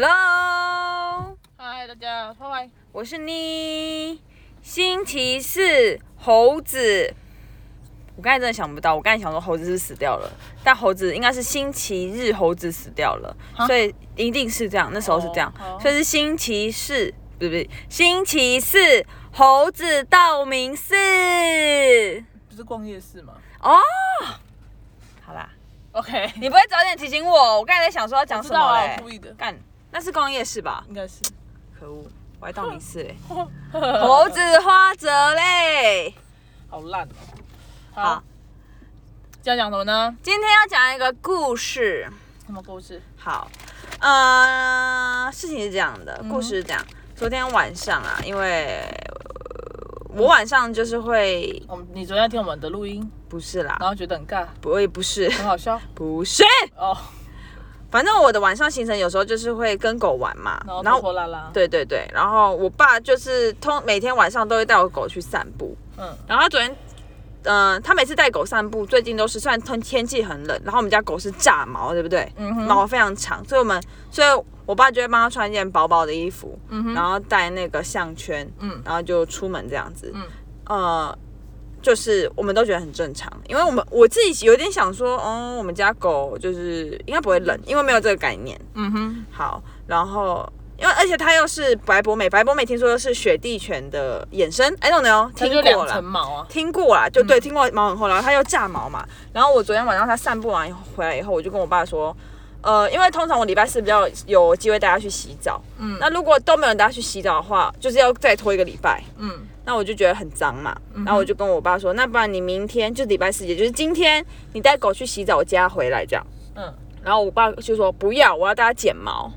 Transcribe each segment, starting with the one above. Hello，嗨，大家拜拜。我是你。星期四，猴子。我刚才真的想不到，我刚才想说猴子是死掉了，但猴子应该是星期日，猴子死掉了，啊所以一定是这样，那时候是这样，哦哦所以是星期四，不是不是，星期四，猴子道明寺。不是逛夜市吗哦，好啦， ？OK，你不会早点提醒我？我刚才在想说要讲我什知道么啊嘞我故意的干，那是逛夜市吧？应该是。可恶，我还道明寺嘞。猴子花泽类。好烂哦。好，，今天讲什么呢？今天要讲一个故事。什么故事？好，呃，事情是这样的，哼故事是这样。昨天晚上啊，因为、呃我晚上就是会，我们你昨天听我们的录音，不是啦，然后觉得很尬，不会不是， 很好笑不是，哦，反正我的晚上行程有时候就是会跟狗玩嘛然后，拖拖拉拉。，对对对，然后我爸就是通每天晚上都会带我狗去散步，嗯，然后他昨天，嗯、他每次带狗散步，最近都是虽然天天气很冷，然后我们家狗是炸毛，对不对？嗯哼毛非常长，所以我们，所以我爸就会帮他穿一件薄薄的衣服，嗯哼然后戴那个项圈，嗯然后就出门这样子，嗯呃。就是我们都觉得很正常，因为我们我自己有点想说，嗯，我们家狗就是应该不会冷，因为没有这个概念。嗯哼，好，然后因为而且它又是白博美，白博美听说是雪地犬的衍生，I don't know，它听过就两了层。毛啊。听过啦，就对，听过毛很厚，然后它又炸毛嘛。然后我昨天晚上它散步完以后回来以后，我就跟我爸说，呃，因为通常我礼拜四比较有机会带它去洗澡，嗯，那如果都没有人带它去洗澡的话，就是要再拖一个礼拜。嗯，那我就觉得很脏嘛，然后我就跟我爸说，那不然你明天就礼拜四，也就是今天，你带狗去洗澡，我接它回来这样。嗯，然后我爸就说不要，我要带它剪毛。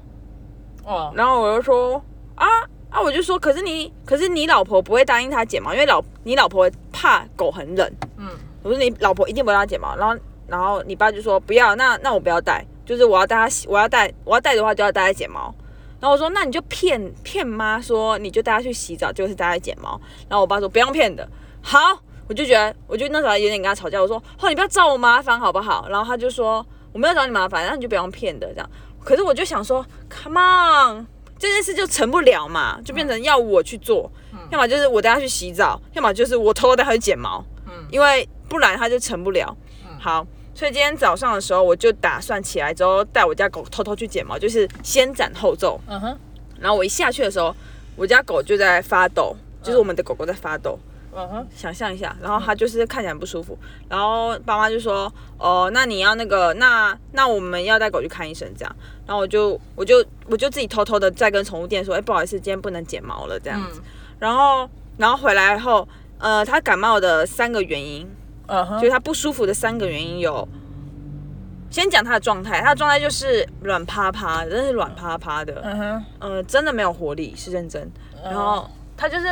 哦，然后我就说啊啊，我就说，可是你可是你老婆不会答应他剪毛，因为老你老婆怕狗很冷。嗯，我说你老婆一定不会让他剪毛，然后然后你爸就说不要，那那我不要戴，就是我要带他洗，我要带我要带的话就要带他剪毛。然后我说那你就骗骗妈说你就带他去洗澡，就是带他剪毛。然后我爸说不用骗的，好，我就觉得我就那时候有点跟他吵架，我说哦你不要找我麻烦好不好？然后他就说我没有找你麻烦，那你就不用骗的这样。可是我就想说，come on，这件事就成不了嘛，就变成要我去做，要么就是我带他去洗澡，要么就是我偷偷带他去剪毛。因为不然它就成不了。好，所以今天早上的时候，我就打算起来之后带我家狗偷偷去剪毛，就是先斩后奏。嗯哼，然后我一下去的时候，我家狗就在发抖，就是我们的狗狗在发抖。嗯哼，想象一下，然后嗯它就是看起来很不舒服，然后爸妈就说，哦、那你要那个，那那我们要带狗去看医生这样，然后我就我就我就自己偷偷的在跟宠物店说，哎、不好意思，今天不能剪毛了这样子，嗯然后然后回来后，呃，它感冒的三个原因，嗯哼，就是他不舒服的三个原因有，先讲他的状态，他的状态就是软趴趴的，真的是软趴趴的，嗯哼，哦呃，真的没有活力，是认真。然后他就是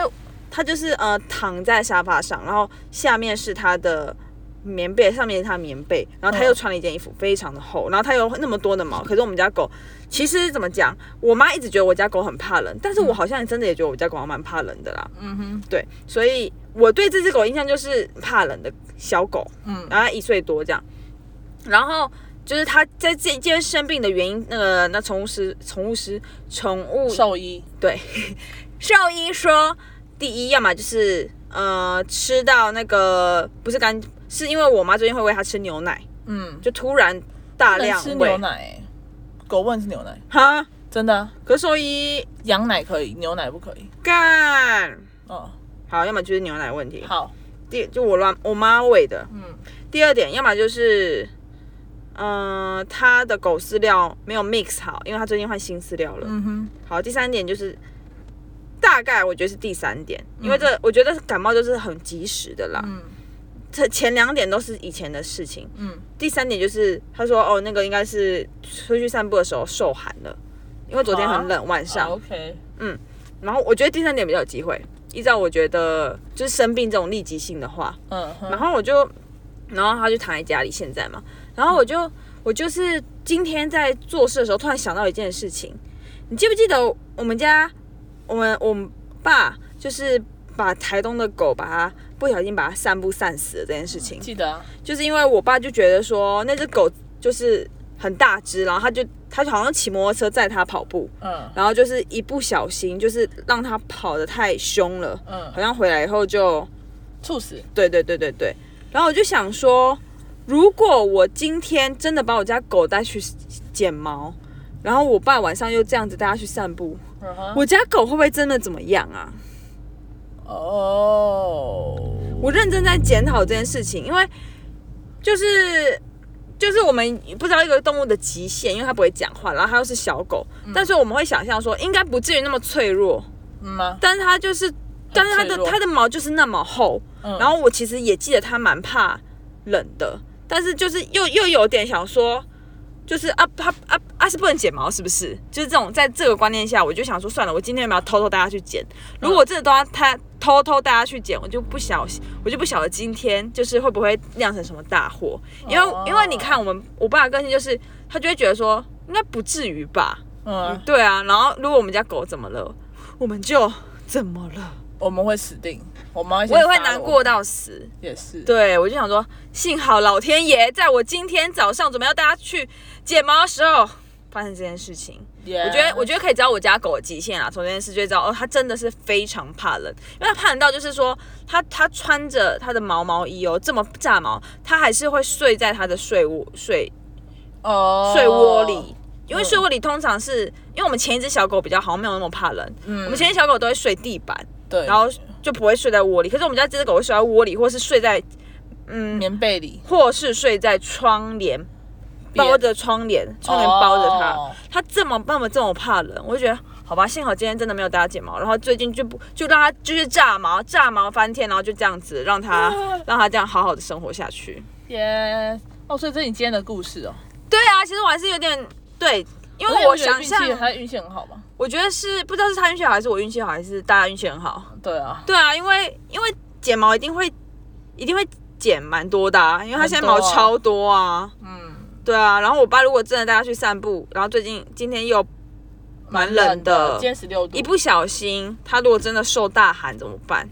他就是呃躺在沙发上，然后下面是他的棉被，上面是他的棉被，然后他又穿了一件衣服，非常的厚，然后他有那么多的毛。可是我们家狗其实怎么讲，我妈一直觉得我家狗很怕冷，但是我好像真的也觉得我家狗还蛮怕冷的啦。嗯哼，对，所以我对这只狗印象就是怕冷的小狗，嗯然后它一岁多这样，然后就是它在这今天生病的原因，那个那宠物师、宠物师、宠物兽医，对 兽医说，第一，要么就是呃吃到那个不是干，是因为我妈最近会喂它吃牛奶，嗯，就突然大不能量吃牛喂奶欸，狗不能吃牛奶，哈，真的啊，可是兽医羊奶可以，牛奶不可以。干哦，好，要么就是牛奶问题，好，第就我妈我妈喂的，嗯第二点，要么就是，嗯、呃，它的狗饲料没有 mix 好，因为它最近换新饲料了。嗯哼，好，第三点就是，大概我觉得是第三点，因为这、我觉得感冒就是很及时的啦。嗯这前两点都是以前的事情，嗯。第三点就是他说哦，那个应该是出去散步的时候受寒了，因为昨天很冷，晚上。 OK，然后我觉得第三点比较有机会，依照我觉得就是生病这种立即性的话，嗯哼，然后我就，然后他就躺在家里，现在嘛，然后我就我就是今天在做事的时候，突然想到一件事情，你记不记得我们家我们我们爸就是把台东的狗把它不小心把它散步散死了这件事情，记得啊，就是因为我爸就觉得说那只狗就是很大只，然后他就他就好像骑摩托车载他跑步，嗯然后就是一不小心就是让他跑得太凶了，好嗯，像回来以后就猝死，对对对对对，然后我就想说，如果我今天真的把我家狗带去剪毛，然后我爸晚上又这样子带它去散步，嗯哼我家狗会不会真的怎么样啊？哦，我认真在检讨这件事情，因为就是就是我们不知道一个动物的极限，因为它不会讲话，然后它又是小狗，但是我们会想象说应该不至于那么脆弱，嗯吗？但是它就是，但是它的脆弱它的毛就是那么厚，嗯然后我其实也记得它蛮怕冷的，但是就是又又有点想说。就是啊，它啊啊是不能剪毛，是不是？就是这种，在这个观念下，我就想说，算了，我今天有没有偷偷带它去剪？如嗯果我真的都要他偷偷带它去剪，我就不小心，我就不晓得今天就是会不会酿成什么大祸。因为、哦因为你看，我们我爸的个性就是，他就会觉得说，应该不至于吧？嗯，对啊，然后如果我们家狗怎么了，我们就怎么了，我们会死定，我妈先我也会杀了难过，到死。也是，对，我就想说，幸好老天爷在我今天早上准备要带它去剪毛的时候发生这件事情。 Yeah，我觉得，我觉得可以知道我家狗的极限啊。从这件事就会知道，哦，它真的是非常怕冷，因为它怕冷到就是说，它它穿着它的毛毛衣哦，这么炸毛，它还是会睡在它的睡窝睡哦，睡窝里，因为嗯睡窝里通常是因为我们前一只小狗比较好，没有那么怕冷，嗯，我们前一只小狗都会睡地板，对，然后就不会睡在窝里。可是我们家这只狗会睡在窝里，或是睡在嗯，棉被里或是睡在窗帘包着窗帘，窗帘包着它。哦他这么那么这么怕冷，我就觉得好吧，幸好今天真的没有带他剪毛，然后最近就不就让他就是炸毛，炸毛翻天，然后就这样子让 他让他这样好好的生活下去。耶！哦，所以这是你今天的故事哦。对啊，其实我还是有点对，因而为且哦我觉得想象，运气他运气很好嘛。我觉得是不知道是他运气好还是我运气好，还是大家运气很好。对啊，对啊，因为因为剪毛一定会一定会剪蛮多的、啊，因为他现在毛很多啊超多啊。嗯，对啊，然后我爸如果真的带他去散步，然后最近今天又蛮冷的，今天十六度，一不小心，他如果真的受大寒怎么办？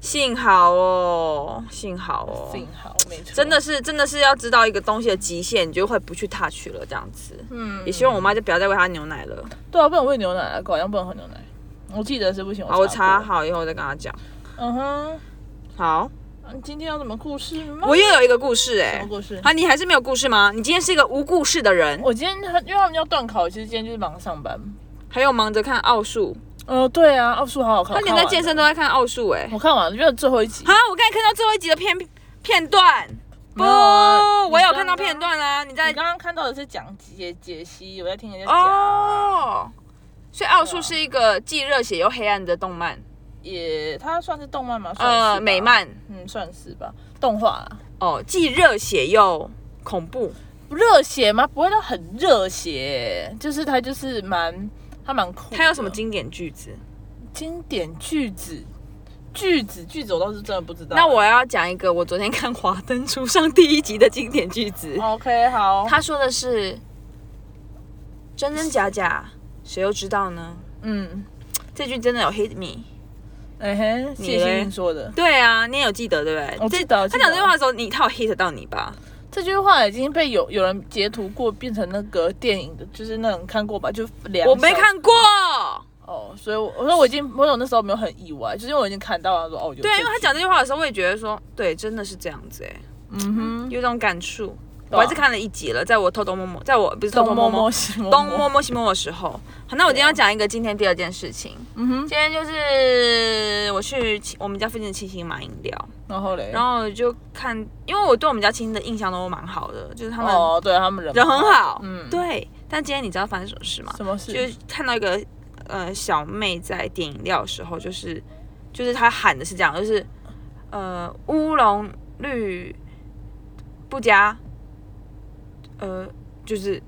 幸好哦，幸好哦，幸好没错，真的，是真的是要知道一个东西的极限，你就会不去 touch 了这样子。嗯，也希望我妈就不要再喂他牛奶了。对啊，不能喂牛奶啊，狗好像不能喝牛奶，我记得是不行。好，我查查过。好以后再跟他讲。嗯哼，好，你今天有什么故事吗？我又有一个故事什哎、么故事？啊，你还是没有故事吗？你今天是一个无故事的人，我今天很，因为他们要断考，其实今天就是忙上班。还有忙着看奥数，呃，对啊，奥数好好看。他连在健身都，都在看奥数哎。我看完了，因为最后一集啊，我刚才看到最后一集的片片段，不，没有啊我有你看到片段啊，你在你刚刚看到的是讲解解析，我在听人家讲，啊哦，所以奥数是一个既热血又黑暗的动漫，也它算是动漫吗？算是吧呃，美，漫嗯，算是吧，动画啊啦。哦，既热血又恐怖，热血吗？不会到很热血，就是它就是蛮它蛮酷的。它有什么经典句子？经典句子？句子句子我倒是真的不知道。那我要讲一个我昨天看《华灯初上》第一集的经典句哦子， OK 好，他说的是真真假假，谁又知道呢？嗯，这句真的有 hit me。哎嘿，嘞谢欣颖说的对啊，你也有记得对不对？我记得我他记得讲这句话的时候，你他有 hit 到你吧？这句话已经被有有人截图过，变成那个电影的，就是那种看过吧，就两我没小看过。哦，所以我我说我已经我有那时候没有很意外，就是因为我已经看到了说哦，有对，因这为他句讲这句话的时候，我也觉得说，对，真的是这样子哎、嗯哼，有种感触。对我啊还是看了一集了，在我偷偷摸摸，在我不是偷偷东摸摸摸摸，西摸东摸摸，摸西摸摸的时候。好，那我今天要讲一个今天第二件事情。嗯哼，今天就是我去七我们家附近的七星买饮料，然后嘞，然后就看，因为我对我们家七星的印象都蛮好的，就是他们哦，对他们人人很好，嗯对。但今天你知道发生什么事吗？什么事？就是看到一个呃小妹在点饮料的时候，就是就是她喊的是这样，就是呃乌龙绿不加，呃就是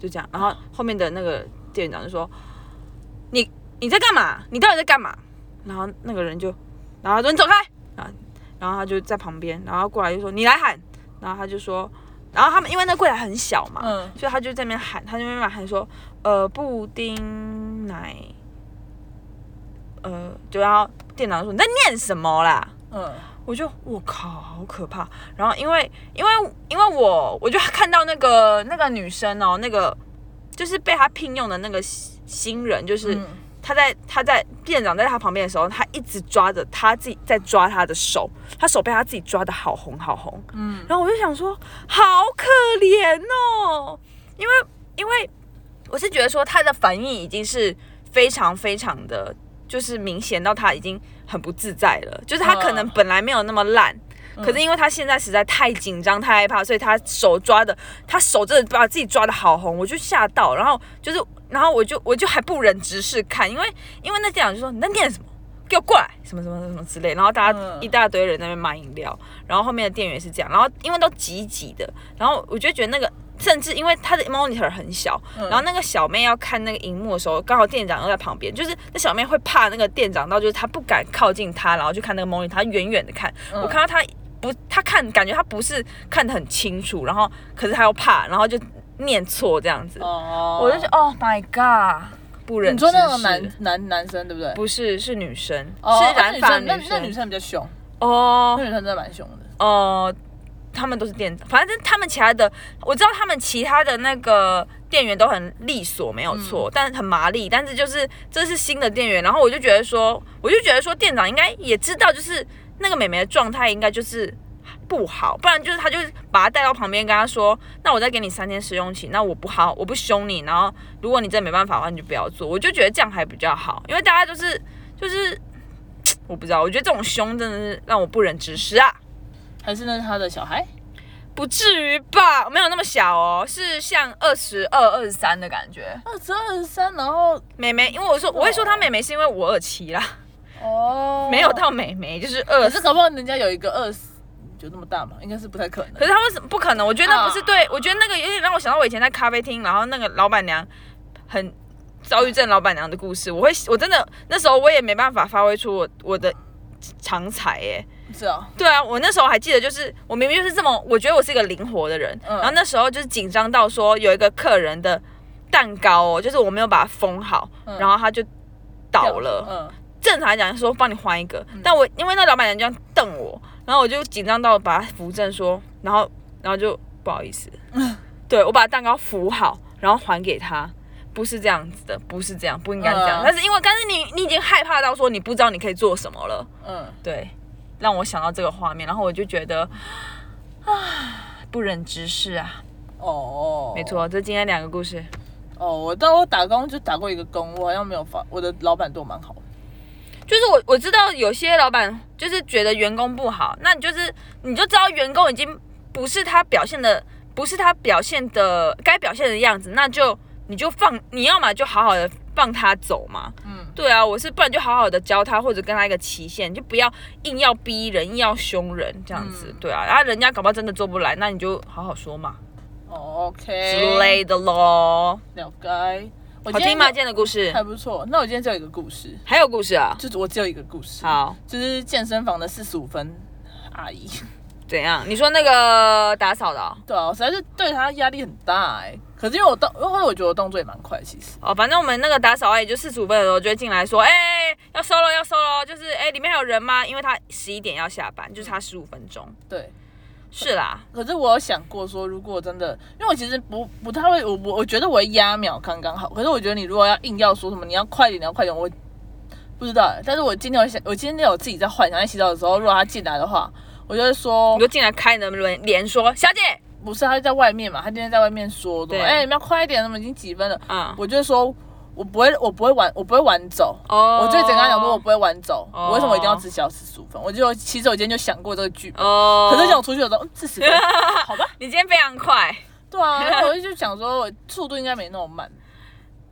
就这样，然后后面的那个店长就说你你在干嘛？你到底在干嘛？然后那个人就然后他说你走开啊，然后他就在旁边，然后过来就说你来喊，然后他就说。然后他们因为那柜台很小嘛，嗯所以他就在那边喊，他就在那边喊说，呃，布丁奶，呃，就然后店长就说你在念什么啦？嗯，我就我靠，好可怕！然后因为因为因为我我就看到那个那个女生哦，那个就是被他聘用的那个新新人，就是嗯他在他在店长在他旁边的时候，他一直抓着他自己在抓他的手，他手被他自己抓的好红好红。嗯，然后我就想说，好可怜哦，因为因为我是觉得说他的反应已经是非常非常的，就是明显到他已经很不自在了，就是他可能嗯本来没有那么烂。可是因为他现在实在太紧张、太害怕，所以他手抓的，他手真的把自己抓的好红，我就吓到，然后就是，然后我就我就还不忍直视看，因为因为那店长就说你在念什么，给我过来，什么什么什么之类，然后大家嗯一大堆人在那边买饮料，然后后面的店员也是这样，然后因为都挤挤的，然后我就觉得那个。甚至因为他的 monitor 很小，嗯然后那个小妹要看那个荧幕的时候，刚好店长又在旁边，就是那小妹会怕那个店长到，就是她不敢靠近他，然后去看那个 monitor，她远远的看，我看到他不，他看感觉他不是看得很清楚，然后可是他又怕，然后就念错这样子，哦，我就觉得 Oh my God，不忍你说那直个视男男男生对不对？不是是女生，哦是染发那女生那那女生生比较凶，那哦女生真的蛮凶的。哦，他们都是店长，反正他们其他的我知道他们其他的那个。店员都很利索，没有错，但很麻利。但是就是这是新的店员，然后我就觉得说，我就觉得说，店长应该也知道，就是那个妹妹的状态应该就是不好，不然就是他就是把她带到旁边，跟她说，那我再给你三天试用期，那我不好，我不凶你，然后如果你真的没办法的话，你就不要做。我就觉得这样还比较好，因为大家都是就是。我不知道，我觉得这种凶真的是让我不忍直视啊！还是那是他的小孩，不至于吧？没有那么小哦，是像二十二、二十三的感觉。二十二十三，然后妹妹，因为我说我会说她妹妹是因为我二七啦，哦，没有到妹妹，就是二可是搞不好人家有一个二十，有那么大嘛？应该是不太可能。可是他为什么不可能？我觉得那不是啊对，我觉得那个有点让我想到我以前在咖啡厅，然后那个老板娘很躁郁症老板娘的故事。我会，我真的那时候我也没办法发挥出我我的长才耶。是啊，对啊，我那时候还记得，就是我明明就是这么，我觉得我是一个灵活的人，嗯然后那时候就是紧张到说有一个客人的蛋糕哦，就是我没有把它封好，嗯然后他就倒了。嗯，正常来讲说帮你换一个，但我因为那老板娘这样瞪我，然后我就紧张到把她扶正说，然后然后就不好意思，嗯对我把蛋糕扶好，然后还给她，不是这样子的，不是这样，不应该这样。嗯但是因为但是你你已经害怕到说你不知道你可以做什么了，嗯，对，让我想到这个画面，然后我就觉得啊不忍直视啊，哦，没。错，这今天两个故事。哦，我到我打工就打过一个工，我好像没有发，我的老板对我蛮好的。就是我我知道有些老板就是觉得员工不好，那你就是你就知道员工已经不是他表现的，不是他表现的该表现的样子，那就你就放，你要么就好好的放他走嘛。嗯，对啊，我是不然就好好的教他，或者跟他一个期限，就不要硬要逼人，硬要凶人这样子。嗯对啊，然后人家搞不好真的做不来，那你就好好说嘛哦之，OK，类的喽。了解。我好今听天吗？今天的故事还不错。那我今天只有一个故事，还有故事啊？就是我只有一个故事。，好，就是健身房的四十五分阿姨。 怎样？你说那个打扫的哦、对啊，我实在是对她压力很大哎、可是因为我动，因为后来我觉得我动作也蛮快，其实。哦，反正我们那个打扫阿姨就四十五分的时候就会进来说，哎、要收了，要收了，就是哎、里面还有人吗？因为她十一点要下班，就差十五分钟。对，是啦，可是我有想过说，如果真的，因为我其实不不太会，我我我觉得我会压秒刚刚好。可是我觉得你如果要硬要说什么，你要快点，你要快点，我不知道欸。但是我今天有想，我今天有自己在幻想，在洗澡的时候，如果他进来的话，我就会说你就，进来开你的门帘说，小姐，不是他在外面嘛，他今天在外面说的对嘛，哎、你们要快一点，我们已经几分了。嗯，我就会说，我不会，我不会晚，我不会晚走。哦我最简单讲说，我不会晚走，哦我为什么一定要只小时十五分？我就其实我今天就想过这个剧本，哦，可是像我出去的时候，嗯，四十分，好吧，你今天非常快，对啊，然后我就就想说，我速度应该没那么慢，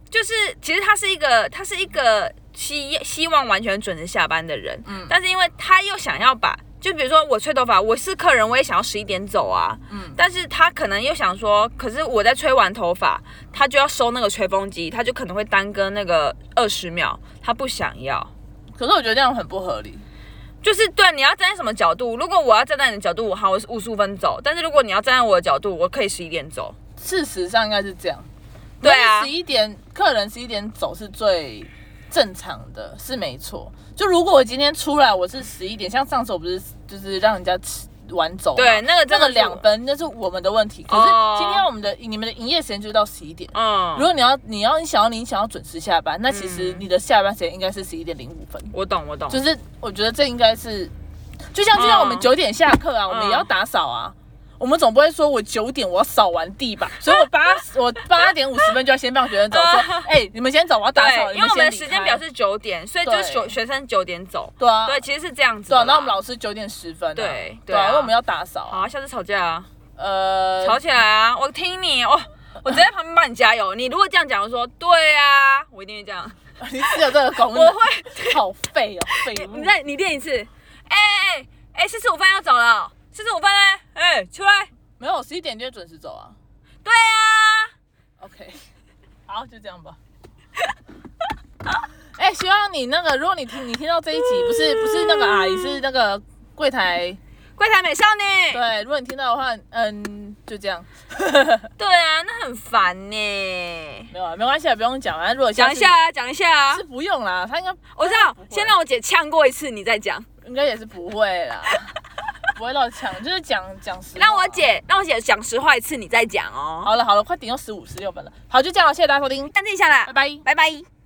就是其实她是一个，她是一个希希望完全准时下班的人，嗯但是因为她又想要把，就比如说我吹头发，我是客人，我也想要十一点走啊，嗯，但是他可能又想说，可是我在吹完头发，他就要收那个吹风机，他就可能会耽搁那个二十秒，他不想要。可是我觉得这样很不合理，就是对，你要站在什么角度？如果我要站在你的角度，我好，我是五十五分走。但是如果你要站在我的角度，我可以十一点走。事实上应该是这样，对啊十一点客人十一点走是最正常的，是没错。就如果我今天出来，我是十一点，像上次我不是就是让人家吃晚走嘛，对那个真的那个是两分那是我们的问题。可是哦今天我们的你们的营业时间就是到十一点。嗯，如果你要你要你想要你想要准时下班，那其实你的下班时间应该是十一点零五分。我懂我懂，就是我觉得这应该是，就像就像我们嗯九点下课啊，我们也要打扫啊。我们总不会说我九点我要扫完 地吧，所以我八我八点五十分就要先让学生走，说哎、你们先走，我要打扫，嗯对，你因为我们的先离时开间表是九点，所以就对学学生九点走。对啊，对，其实是这样子对的啊啦。，然后我们老师九点十分啊、对对对啊啊，因为我们要打扫好啊，啊，下次吵架啊，呃，吵起来啊！我听你哦，我直接在旁边帮你加油。你如果这样讲，我说对啊，我一定会这样。 你只有这个功能，我会，好废哦，废 物你，再你练一次。哎哎哎哎，四十五分要走了哦，四十五分呢？哎，出来。没有十一点就会准时走啊对啊， ，OK，好，就这样 吧。哎、希望你那个，如果你听你听到这嗯一集，不是不是那个阿姨，是那个柜台。柜台美少女。对，如果你听到的话，嗯，就这样，对啊，那很烦呢。没有啊，没关系啊，不用讲。反正如果下讲一次下啊，讲一下啊是。不用啦，他应该我知道不会，啊先让我姐呛过一次，你再讲。应该也是不会 啦，不会到抢，就是讲讲实话。让我姐，让我姐讲实话一次，你再讲哦。好了好了，快点用十五十六分了。好，就这样了，谢谢大家收听，暂停一下啦拜，拜。拜拜。